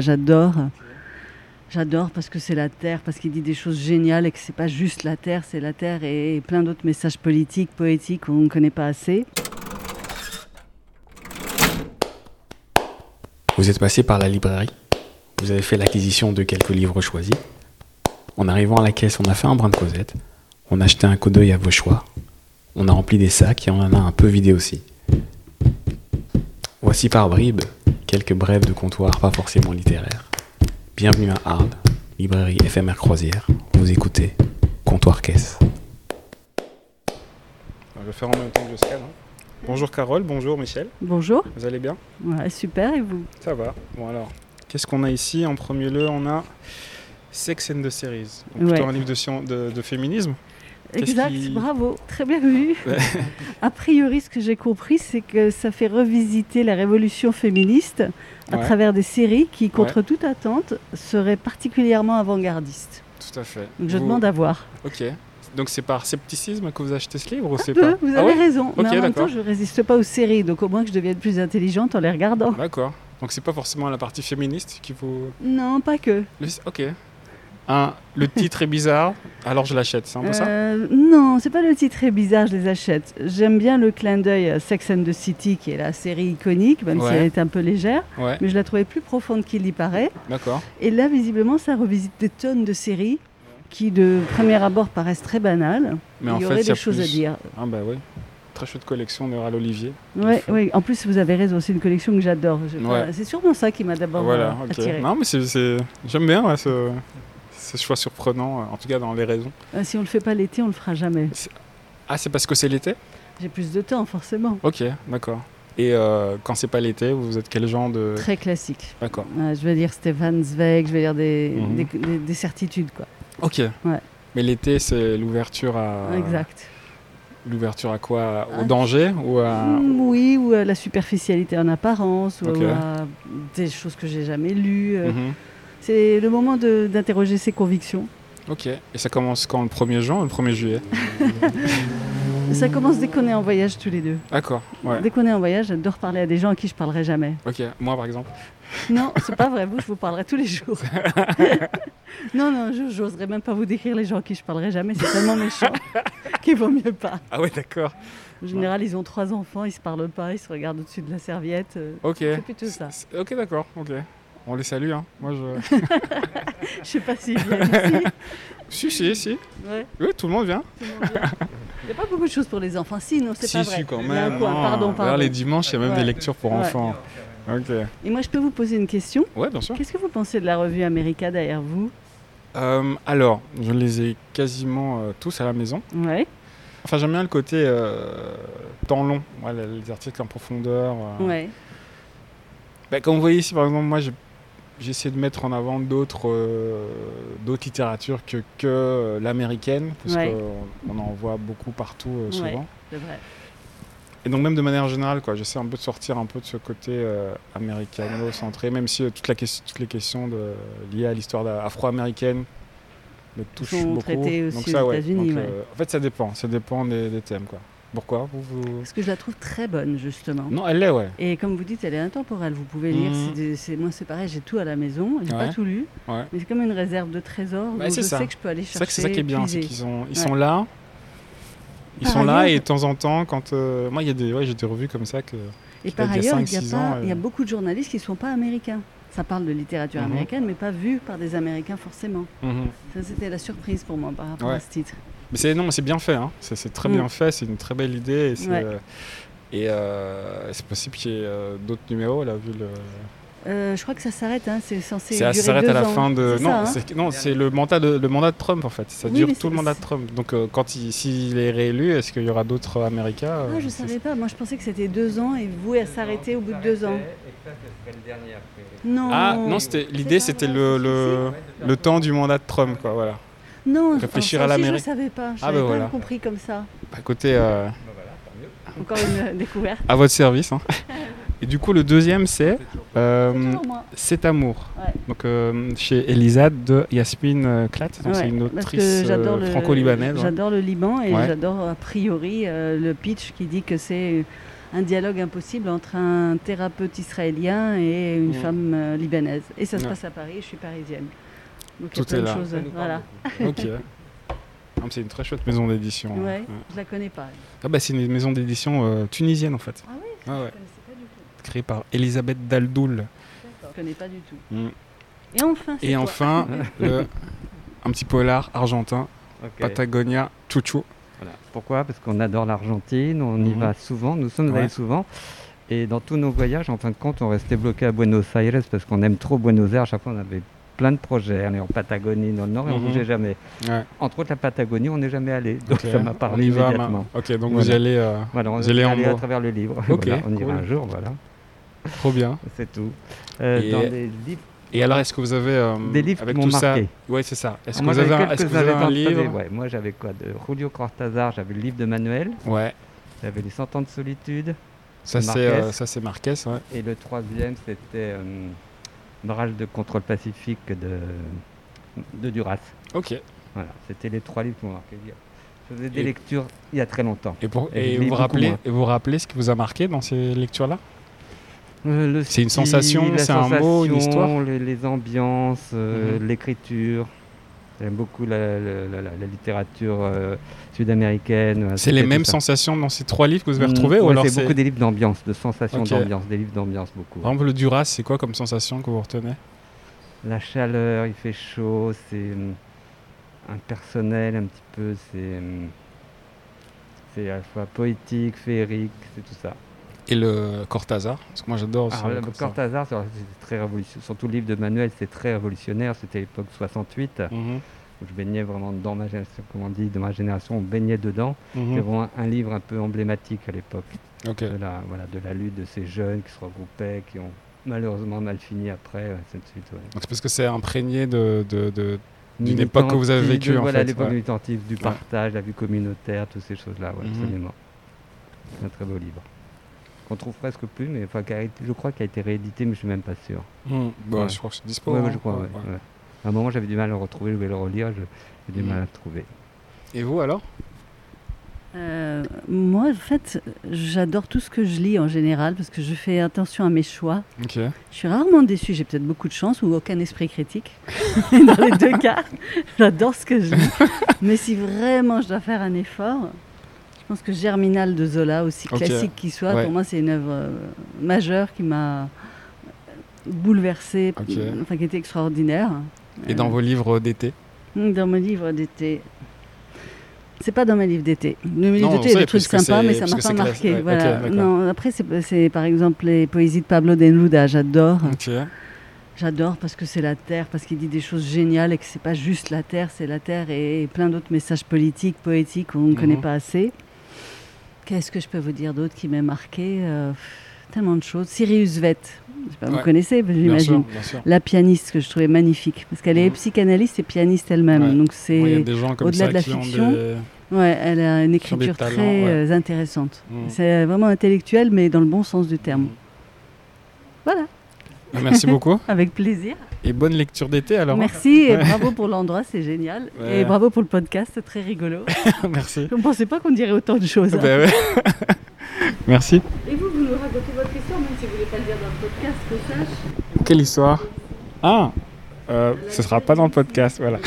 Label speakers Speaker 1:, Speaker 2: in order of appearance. Speaker 1: J'adore. J'adore parce que c'est la Terre, parce qu'il dit des choses géniales et que c'est pas juste la Terre, c'est la Terre et, et plein d'autres messages politiques, poétiques qu'on ne connaît pas assez.
Speaker 2: Vous êtes passé par la librairie, vous avez fait l'acquisition de quelques livres choisis. En arrivant à la caisse, on a fait un brin de Cosette, on a jeté un coup d'œil à vos choix, on a rempli des sacs et on en a un peu vidé aussi. Voici par bribes quelques brèves de comptoir pas forcément littéraires. Bienvenue à Arles, librairie éphémère croisière. Vous écoutez Comptoir Caisse.
Speaker 3: On va le faire en même temps que Josquin. Bonjour Carole, bonjour Michel,
Speaker 1: Bonjour.
Speaker 3: vous allez bien
Speaker 1: Ouais, super, et vous
Speaker 3: Ça va. Bon alors, qu'est-ce qu'on a ici En premier lieu, on a Sex and the Series, donc plutôt
Speaker 1: Ouais.
Speaker 3: un livre de, science- de- de féminisme. Qu'est-ce
Speaker 1: Exact,
Speaker 3: qui-
Speaker 1: bravo, très bien vu.
Speaker 3: Ouais.
Speaker 1: A priori, ce que j'ai compris, c'est que ça fait revisiter la révolution féministe à
Speaker 3: Ouais.
Speaker 1: travers des séries qui, contre toute attente, seraient particulièrement avant-gardistes.
Speaker 3: Tout à fait.
Speaker 1: Donc je
Speaker 3: Vous-
Speaker 1: demande à voir.
Speaker 3: Ok. Donc c'est par scepticisme que vous achetez ce livre ou
Speaker 1: Un
Speaker 3: c'est
Speaker 1: peu,
Speaker 3: pas
Speaker 1: vous avez
Speaker 3: Ah ouais
Speaker 1: raison, mais en
Speaker 3: Ok,
Speaker 1: même temps,
Speaker 3: d'accord.
Speaker 1: je résiste pas aux séries, donc au moins que je devienne plus intelligente en les regardant.
Speaker 3: D'accord. Donc c'est pas forcément la partie féministe qui vous.
Speaker 1: Non, pas que.
Speaker 3: Le- Ok. Un, le titre est bizarre, alors je l'achète. C'est un peu ça
Speaker 1: Euh, non, c'est pas le titre est bizarre, je les achète. J'aime bien le clin d'œil à Sex and the City, qui est la série iconique, même si
Speaker 3: Ouais.
Speaker 1: elle est un peu légère,
Speaker 3: Ouais.
Speaker 1: mais je la trouvais plus profonde qu'il y paraît.
Speaker 3: D'accord.
Speaker 1: Et là, visiblement, ça revisite des tonnes de séries qui, de premier abord, paraissent très banales. Il
Speaker 3: Mais en
Speaker 1: y
Speaker 3: fait,
Speaker 1: aurait
Speaker 3: il y a
Speaker 1: des choses à
Speaker 3: plus-
Speaker 1: dire.
Speaker 3: Ah bah oui. Très chouette collection, on aura l'Olivier.
Speaker 1: Ouais,
Speaker 3: faut-
Speaker 1: ouais. En plus, vous avez raison, c'est une collection que j'adore. Je-
Speaker 3: Ouais.
Speaker 1: C'est sûrement ça qui m'a d'abord
Speaker 3: voilà,
Speaker 1: euh,
Speaker 3: ok.
Speaker 1: attirée.
Speaker 3: Non, mais c'est, c'est- j'aime bien ouais, ce... ce choix surprenant, euh, en tout cas dans les raisons.
Speaker 1: Euh, Si on le fait pas l'été, on le fera jamais.
Speaker 3: Ah, c'est parce que c'est l'été
Speaker 1: J'ai plus de temps, forcément.
Speaker 3: Ok, d'accord. Et euh, quand c'est pas l'été, vous êtes quel genre de.
Speaker 1: Très classique.
Speaker 3: D'accord.
Speaker 1: Euh, je vais lire Stéphane Zweig, je vais lire des,
Speaker 3: Mhm.
Speaker 1: des- des- des certitudes, quoi.
Speaker 3: Ok. Mais l'été, c'est l'ouverture à.
Speaker 1: Exact.
Speaker 3: L'ouverture à quoi Au
Speaker 1: Ah.
Speaker 3: danger ou à.
Speaker 1: Mm, oui, ou à la superficialité en apparence, ou, à-
Speaker 3: Ok.
Speaker 1: ou à des choses que j'ai jamais lues. euh.
Speaker 3: Mhm.
Speaker 1: C'est le moment de- d'interroger ses convictions.
Speaker 3: Ok. Et ça commence quand Le 1er juin ou le 1er juillet
Speaker 1: Ça commence dès qu'on est en voyage tous les deux.
Speaker 3: D'accord. Ouais.
Speaker 1: Dès qu'on est en voyage, j'adore parler à des gens à qui je parlerai jamais.
Speaker 3: Ok. Moi, par exemple.
Speaker 1: Non, c'est pas vrai, vous, je vous parlerai tous les jours. non, non, je- j'oserais même pas vous décrire les gens à qui je parlerai jamais, c'est tellement méchant qu'il vaut mieux pas.
Speaker 3: Ah ouais, d'accord.
Speaker 1: En général, ils ont trois enfants, ils se parlent pas, ils se regardent au-dessus de la serviette. euh,
Speaker 3: Ok.
Speaker 1: C'est plutôt ça.
Speaker 3: C'est- c'est- Ok, d'accord. Ok. On les salue, hein. Moi, je.
Speaker 1: Je sais pas s'ils viennent ici.
Speaker 3: si, si, si.
Speaker 1: Ouais,
Speaker 3: Oui, tout le monde vient.
Speaker 1: tout le monde vient. Il n'y a pas beaucoup de choses pour les enfants. Si, non, c'est
Speaker 3: si,
Speaker 1: pas vrai.
Speaker 3: si, quand
Speaker 1: Il y a
Speaker 3: même.
Speaker 1: quoi
Speaker 3: non.
Speaker 1: Pardon,
Speaker 3: D'ailleurs,
Speaker 1: pardon.
Speaker 3: les dimanches, il y a même
Speaker 1: Ouais.
Speaker 3: des lectures pour
Speaker 1: Ouais.
Speaker 3: enfants. Ok.
Speaker 1: Et moi, je peux vous poser une question.
Speaker 3: Ouais, bien sûr.
Speaker 1: Qu'est-ce que vous pensez de la revue America derrière vous
Speaker 3: Euh, alors, je les ai quasiment euh, tous à la maison.
Speaker 1: Ouais,
Speaker 3: Enfin, j'aime bien le côté euh, temps long, Ouais, les- les articles en profondeur. euh.
Speaker 1: ouais.
Speaker 3: Bah, comme vous voyez ici, par exemple, moi, j'ai- j'essaie de mettre en avant d'autres euh, d'autres littératures que, que euh, l'américaine, parce
Speaker 1: Ouais.
Speaker 3: qu'on on en voit beaucoup partout euh, souvent.
Speaker 1: Ouais. C'est vrai.
Speaker 3: Et donc, même de manière générale, quoi, j'essaie un peu de sortir un peu de ce côté euh, américano-centré, même si euh, toute la question, toutes les questions de- liées à l'histoire d'a- afro-américaine me touchent
Speaker 1: Sont
Speaker 3: beaucoup.
Speaker 1: traitées aussi
Speaker 3: Donc
Speaker 1: aux
Speaker 3: ça, ouais.
Speaker 1: États-Unis,
Speaker 3: Donc,
Speaker 1: ouais.
Speaker 3: euh, en fait, ça dépend. Ça dépend des, des thèmes, quoi. Pourquoi vous, vous-
Speaker 1: Parce que je la trouve très bonne, justement.
Speaker 3: Non, elle l'est, ouais.
Speaker 1: Et comme vous dites, elle est intemporelle. Vous pouvez lire.
Speaker 3: Mhm.
Speaker 1: c'est des- c'est- moi, c'est pareil, j'ai tout à la maison. J'ai pas
Speaker 3: Ouais.
Speaker 1: tout lu.
Speaker 3: Ouais.
Speaker 1: Mais c'est comme une réserve de trésors.
Speaker 3: Bah,
Speaker 1: donc je
Speaker 3: c'est ça.
Speaker 1: sais que je peux aller chercher.
Speaker 3: C'est vrai que c'est ça qui est bien, c'est
Speaker 1: puiser.
Speaker 3: qu'ils sont, ils
Speaker 1: Ouais.
Speaker 3: sont là. Ils
Speaker 1: Par
Speaker 3: sont là
Speaker 1: ailleurs-
Speaker 3: et de temps en temps, quand. euh, Moi, il y a des, ouais, j'ai des revues comme ça que.
Speaker 1: Et
Speaker 3: qui
Speaker 1: par
Speaker 3: date d'il y a
Speaker 1: ailleurs,
Speaker 3: cinq,
Speaker 1: il y, a
Speaker 3: six
Speaker 1: pas-
Speaker 3: ans,
Speaker 1: il y a
Speaker 3: euh.
Speaker 1: beaucoup de journalistes qui ne sont pas américains. Ça parle de littérature
Speaker 3: Mhm.
Speaker 1: américaine, mais pas vue par des Américains forcément. Ça, c'était la surprise pour moi par rapport
Speaker 3: Ouais.
Speaker 1: à ce titre.
Speaker 3: Mais c'est non, mais c'est bien fait. hein. C'est, c'est très
Speaker 1: Mm.
Speaker 3: bien fait. C'est une très belle idée. Et c'est,
Speaker 1: Ouais.
Speaker 3: euh, et, euh, c'est possible qu'il y ait euh, d'autres numéros là vu le.
Speaker 1: Euh, je crois que ça s'arrête, hein, c'est censé.
Speaker 3: ça
Speaker 1: durer
Speaker 3: s'arrête
Speaker 1: deux
Speaker 3: à la
Speaker 1: ans.
Speaker 3: fin de.
Speaker 1: C'est
Speaker 3: non,
Speaker 1: ça, hein
Speaker 3: c'est, non, c'est le mandat de le mandat de Trump en fait. Ça
Speaker 1: Oui,
Speaker 3: dure
Speaker 1: mais
Speaker 3: tout le
Speaker 1: c'est-
Speaker 3: mandat de Trump. Donc euh, quand il s'il est réélu, est-ce qu'il y aura d'autres Américains euh,
Speaker 1: Ah, je ne
Speaker 3: c'est-
Speaker 1: savais pas. Moi, je pensais que c'était deux ans et voué à s'arrêter au bout de deux ans. Non.
Speaker 3: Ah non, c'était l'idée,
Speaker 1: C'est pas
Speaker 3: c'était
Speaker 1: vrai,
Speaker 3: le,
Speaker 1: c'est
Speaker 3: le, le temps du mandat de Trump quoi. Voilà.
Speaker 1: Non,
Speaker 3: Réfléchir
Speaker 1: alors, ça
Speaker 3: à
Speaker 1: aussi,
Speaker 3: l'Amérique.
Speaker 1: Je ne savais pas. Je
Speaker 3: Ah,
Speaker 1: n'avais
Speaker 3: ben
Speaker 1: pas
Speaker 3: voilà.
Speaker 1: compris comme ça.
Speaker 3: Bah, côté. euh,
Speaker 1: Encore une euh, découverte.
Speaker 3: À votre service. hein. Et du coup, le deuxième, c'est euh,
Speaker 1: Toujours moi.
Speaker 3: Cet amour.
Speaker 1: Ouais.
Speaker 3: Donc, euh, chez Elisade de Yasmine euh, Klatt. Donc,
Speaker 1: Ouais,
Speaker 3: c'est une
Speaker 1: parce que
Speaker 3: autrice
Speaker 1: j'adore
Speaker 3: euh,
Speaker 1: le-
Speaker 3: franco-libanaise. hein.
Speaker 1: J'adore le Liban et
Speaker 3: Ouais.
Speaker 1: j'adore a priori euh, le pitch qui dit que c'est un dialogue impossible entre un thérapeute israélien et une
Speaker 3: Ouais.
Speaker 1: femme euh, libanaise. Et ça se
Speaker 3: Mm. Ouais.
Speaker 1: passe à Paris, je suis parisienne. Donc il y a
Speaker 3: Tout
Speaker 1: plein
Speaker 3: est
Speaker 1: de
Speaker 3: là.
Speaker 1: choses.
Speaker 4: Ça nous parle
Speaker 1: Voilà.
Speaker 4: beaucoup.
Speaker 3: Ok. Ah, mais c'est une très chouette maison d'édition. hein.
Speaker 1: Ouais,
Speaker 3: Ouais.
Speaker 1: Je la connais pas.
Speaker 3: Ah bah c'est une maison d'édition euh, tunisienne en fait,
Speaker 1: Ah oui
Speaker 3: Ah
Speaker 1: Je
Speaker 3: ouais.
Speaker 1: connaissais pas du tout.
Speaker 3: créée par Elisabeth Daldoul.
Speaker 1: Je connais pas du tout.
Speaker 3: Mm.
Speaker 1: Et enfin, c'est
Speaker 3: Et
Speaker 1: toi.
Speaker 3: enfin, le- un petit polar argentin,
Speaker 4: Ok.
Speaker 3: Patagonia Chuchu.
Speaker 4: Voilà. Pourquoi Parce qu'on adore l'Argentine, on y
Speaker 3: Mhm.
Speaker 4: va souvent, nous sommes
Speaker 3: Ouais.
Speaker 4: allés souvent. Et dans tous nos voyages, en fin de compte, on restait bloqué à Buenos Aires parce qu'on aime trop Buenos Aires. À chaque fois, on avait plein de projets. On est en Patagonie, dans le Nord, et on
Speaker 3: Mhm.
Speaker 4: bougeait jamais.
Speaker 3: Ouais,
Speaker 4: Entre autres, la Patagonie, on n'est jamais allé. Donc
Speaker 3: ok.
Speaker 4: ça m'a
Speaker 3: On
Speaker 4: parlé
Speaker 3: y va
Speaker 4: immédiatement.
Speaker 3: ma- Ok, donc vous
Speaker 4: Voilà.
Speaker 3: y allez euh,
Speaker 4: Voilà, on
Speaker 3: Vous allez
Speaker 4: est
Speaker 3: en
Speaker 4: allé à
Speaker 3: mois.
Speaker 4: travers le livre.
Speaker 3: Ok,
Speaker 4: Voilà, on ira
Speaker 3: cool.
Speaker 4: un jour, voilà.
Speaker 3: trop bien.
Speaker 4: C'est tout. Euh,
Speaker 3: Et-
Speaker 4: dans des livres,
Speaker 3: Et alors, est-ce que vous avez euh,
Speaker 4: Des livres qui
Speaker 3: avec
Speaker 4: m'ont
Speaker 3: tout ça
Speaker 4: marqué. Ah,
Speaker 3: Ouais, c'est ça. Est-ce que
Speaker 4: moi,
Speaker 3: vous avez
Speaker 4: j'avais
Speaker 3: un, est-ce que
Speaker 4: quelques
Speaker 3: vous avez un
Speaker 4: anecdotes,
Speaker 3: livre
Speaker 4: mais ouais, Moi, j'avais quoi De Julio Cortázar, j'avais le livre de Manuel,
Speaker 3: Ouais.
Speaker 4: j'avais les Cent ans de solitude,
Speaker 3: Ça
Speaker 4: Marquez.
Speaker 3: c'est euh, ça c'est Marquez. Ouais.
Speaker 4: et le troisième, c'était euh, Barrage de contrôle pacifique de, de Duras.
Speaker 3: Ok.
Speaker 4: Voilà, c'était les trois livres qui m'ont marqué. Je faisais des
Speaker 3: Et-
Speaker 4: lectures il y a très longtemps.
Speaker 3: Et, pour,
Speaker 4: Et
Speaker 3: et
Speaker 4: je
Speaker 3: vous
Speaker 4: lis
Speaker 3: vous
Speaker 4: beaucoup
Speaker 3: rappelez
Speaker 4: moins. Ah,
Speaker 3: et vous vous rappelez ce qui vous a marqué dans ces lectures là
Speaker 4: Euh, le
Speaker 3: C'est une
Speaker 4: style,
Speaker 3: sensation,
Speaker 4: la
Speaker 3: c'est un mot, une
Speaker 4: sensation,
Speaker 3: histoire
Speaker 4: Les, les ambiances, euh,
Speaker 3: Mhm.
Speaker 4: l'écriture. J'aime beaucoup la, la- la- la- la littérature euh, sud-américaine. voilà,
Speaker 3: C'est
Speaker 4: tout
Speaker 3: les
Speaker 4: ça,
Speaker 3: mêmes
Speaker 4: tout ça.
Speaker 3: sensations dans ces trois livres que vous avez
Speaker 4: Mm,
Speaker 3: retrouvés ou
Speaker 4: ouais,
Speaker 3: alors
Speaker 4: c'est beaucoup des livres d'ambiance, de sensations
Speaker 3: Ok. Ah.
Speaker 4: d'ambiance, des livres d'ambiance beaucoup.
Speaker 3: Par exemple, le Duras, c'est quoi comme sensation que vous retenez
Speaker 4: La chaleur, il fait chaud, c'est hum, impersonnel un petit peu, c'est hum, c'est à la fois poétique, féerique, c'est tout
Speaker 3: Ah,
Speaker 4: ça.
Speaker 3: Et le Cortázar, parce que moi j'adore aussi
Speaker 4: Alors,
Speaker 3: le
Speaker 4: Ah, le
Speaker 3: Cortázar.
Speaker 4: Cortázar, c'est c'est très révolutionnaire. Surtout le livre de Manuel, c'est très révolutionnaire. C'était l'époque 68.
Speaker 3: Mhm,
Speaker 4: où je baignais vraiment dans ma génération, comme on dit, de ma génération, on baignait dedans.
Speaker 3: mhm.
Speaker 4: C'est vraiment un livre un peu emblématique à l'époque,
Speaker 3: Ok.
Speaker 4: de, la, voilà, de la lutte de ces jeunes qui se regroupaient, qui ont malheureusement mal fini après, ouais, ainsi de suite. ouais.
Speaker 3: Donc c'est parce que c'est imprégné de, de, de- D'une
Speaker 4: Militantisme,
Speaker 3: époque que vous avez vécue, en
Speaker 4: voilà,
Speaker 3: fait,
Speaker 4: l'époque
Speaker 3: ouais.
Speaker 4: militantiste, du partage, la vue communautaire, toutes ces choses-là, ouais,
Speaker 3: Mhm.
Speaker 4: absolument. C'est un très beau livre. Qu'on trouve presque plus, mais enfin, qui a été- je crois qu'il a été réédité, mais je suis même pas sûr.
Speaker 3: Hmm, bah,
Speaker 4: Ouais.
Speaker 3: Je crois que c'est dispo.
Speaker 4: Ouais,
Speaker 3: hein.
Speaker 4: ouais, je crois, ouais,
Speaker 3: Ouais.
Speaker 4: ouais. À un moment, j'avais du mal à le retrouver, je vais le relire, je- j'ai du
Speaker 3: Mhm.
Speaker 4: mal à le trouver.
Speaker 3: Et vous alors
Speaker 1: Euh, moi, en fait, j'adore tout ce que je lis en général parce que je fais attention à mes choix.
Speaker 3: Ok.
Speaker 1: Je suis rarement déçue. J'ai peut-être beaucoup de chance ou aucun esprit critique. Dans les deux cas, j'adore ce que je lis. Mais si vraiment je dois faire un effort, je pense que Germinal de Zola, aussi
Speaker 3: Ok.
Speaker 1: classique qu'il soit,
Speaker 3: Ouais.
Speaker 1: pour moi, c'est une œuvre euh, majeure qui m'a bouleversée, euh,
Speaker 3: Ok.
Speaker 1: enfin qui était extraordinaire.
Speaker 3: Et dans vos livres d'été
Speaker 1: Dans mon livre d'été. C'est pas dans mes livres d'été. Le livre
Speaker 3: Non,
Speaker 1: d'été,
Speaker 3: on
Speaker 1: il y a
Speaker 3: sait,
Speaker 1: des trucs
Speaker 3: puisque
Speaker 1: sympas,
Speaker 3: c'est-
Speaker 1: mais ça
Speaker 3: puisque
Speaker 1: m'a pas
Speaker 3: c'est classe-
Speaker 1: marqué.
Speaker 3: ouais, ok,
Speaker 1: voilà.
Speaker 3: d'accord.
Speaker 1: non, après, c'est- c'est par exemple les poésies de Pablo Neruda, j'adore.
Speaker 3: Ok.
Speaker 1: J'adore parce que c'est la Terre, parce qu'il dit des choses géniales et que c'est pas juste la Terre, c'est la Terre et, plein d'autres messages politiques, poétiques qu'on ne
Speaker 3: Mhm.
Speaker 1: connaît pas assez. Qu'est-ce que je peux vous dire d'autre qui m'a marqué Euh, pff, Tellement de choses. Sirius Vett, je sais pas, vous
Speaker 3: Ouais.
Speaker 1: connaissez, mais
Speaker 3: Bien sûr,
Speaker 1: j'imagine.
Speaker 3: bien sûr.
Speaker 1: La pianiste que je trouvais magnifique, parce qu'elle est
Speaker 3: Mhm.
Speaker 1: psychanalyste et pianiste elle-même.
Speaker 3: Ouais.
Speaker 1: Donc c'est,
Speaker 3: Ouais, Il y a des gens comme
Speaker 1: au-delà
Speaker 3: ça
Speaker 1: de la
Speaker 3: qui ont
Speaker 1: fiction,
Speaker 3: des...
Speaker 1: ouais, elle a une
Speaker 3: Sur des
Speaker 1: écriture
Speaker 3: talents,
Speaker 1: très
Speaker 3: ouais.
Speaker 1: euh, intéressante.
Speaker 3: Mhm.
Speaker 1: C'est vraiment intellectuel, mais dans le bon sens du terme. Voilà,
Speaker 3: Ah, Merci beaucoup.
Speaker 1: avec plaisir.
Speaker 3: Et bonne lecture d'été alors. hein.
Speaker 1: Merci et bravo pour l'endroit, c'est génial.
Speaker 3: Ouais.
Speaker 1: Et bravo pour le podcast, c'est très rigolo.
Speaker 3: Merci.
Speaker 1: Je ne pensais pas qu'on dirait autant de choses. hein.
Speaker 3: Bah ouais. Merci.
Speaker 1: Et vous, vous nous racontez votre histoire, même si vous ne voulez pas le dire dans le podcast, que je sache.
Speaker 3: Quelle histoire Ah euh, Ce sera pas dans le podcast, voilà.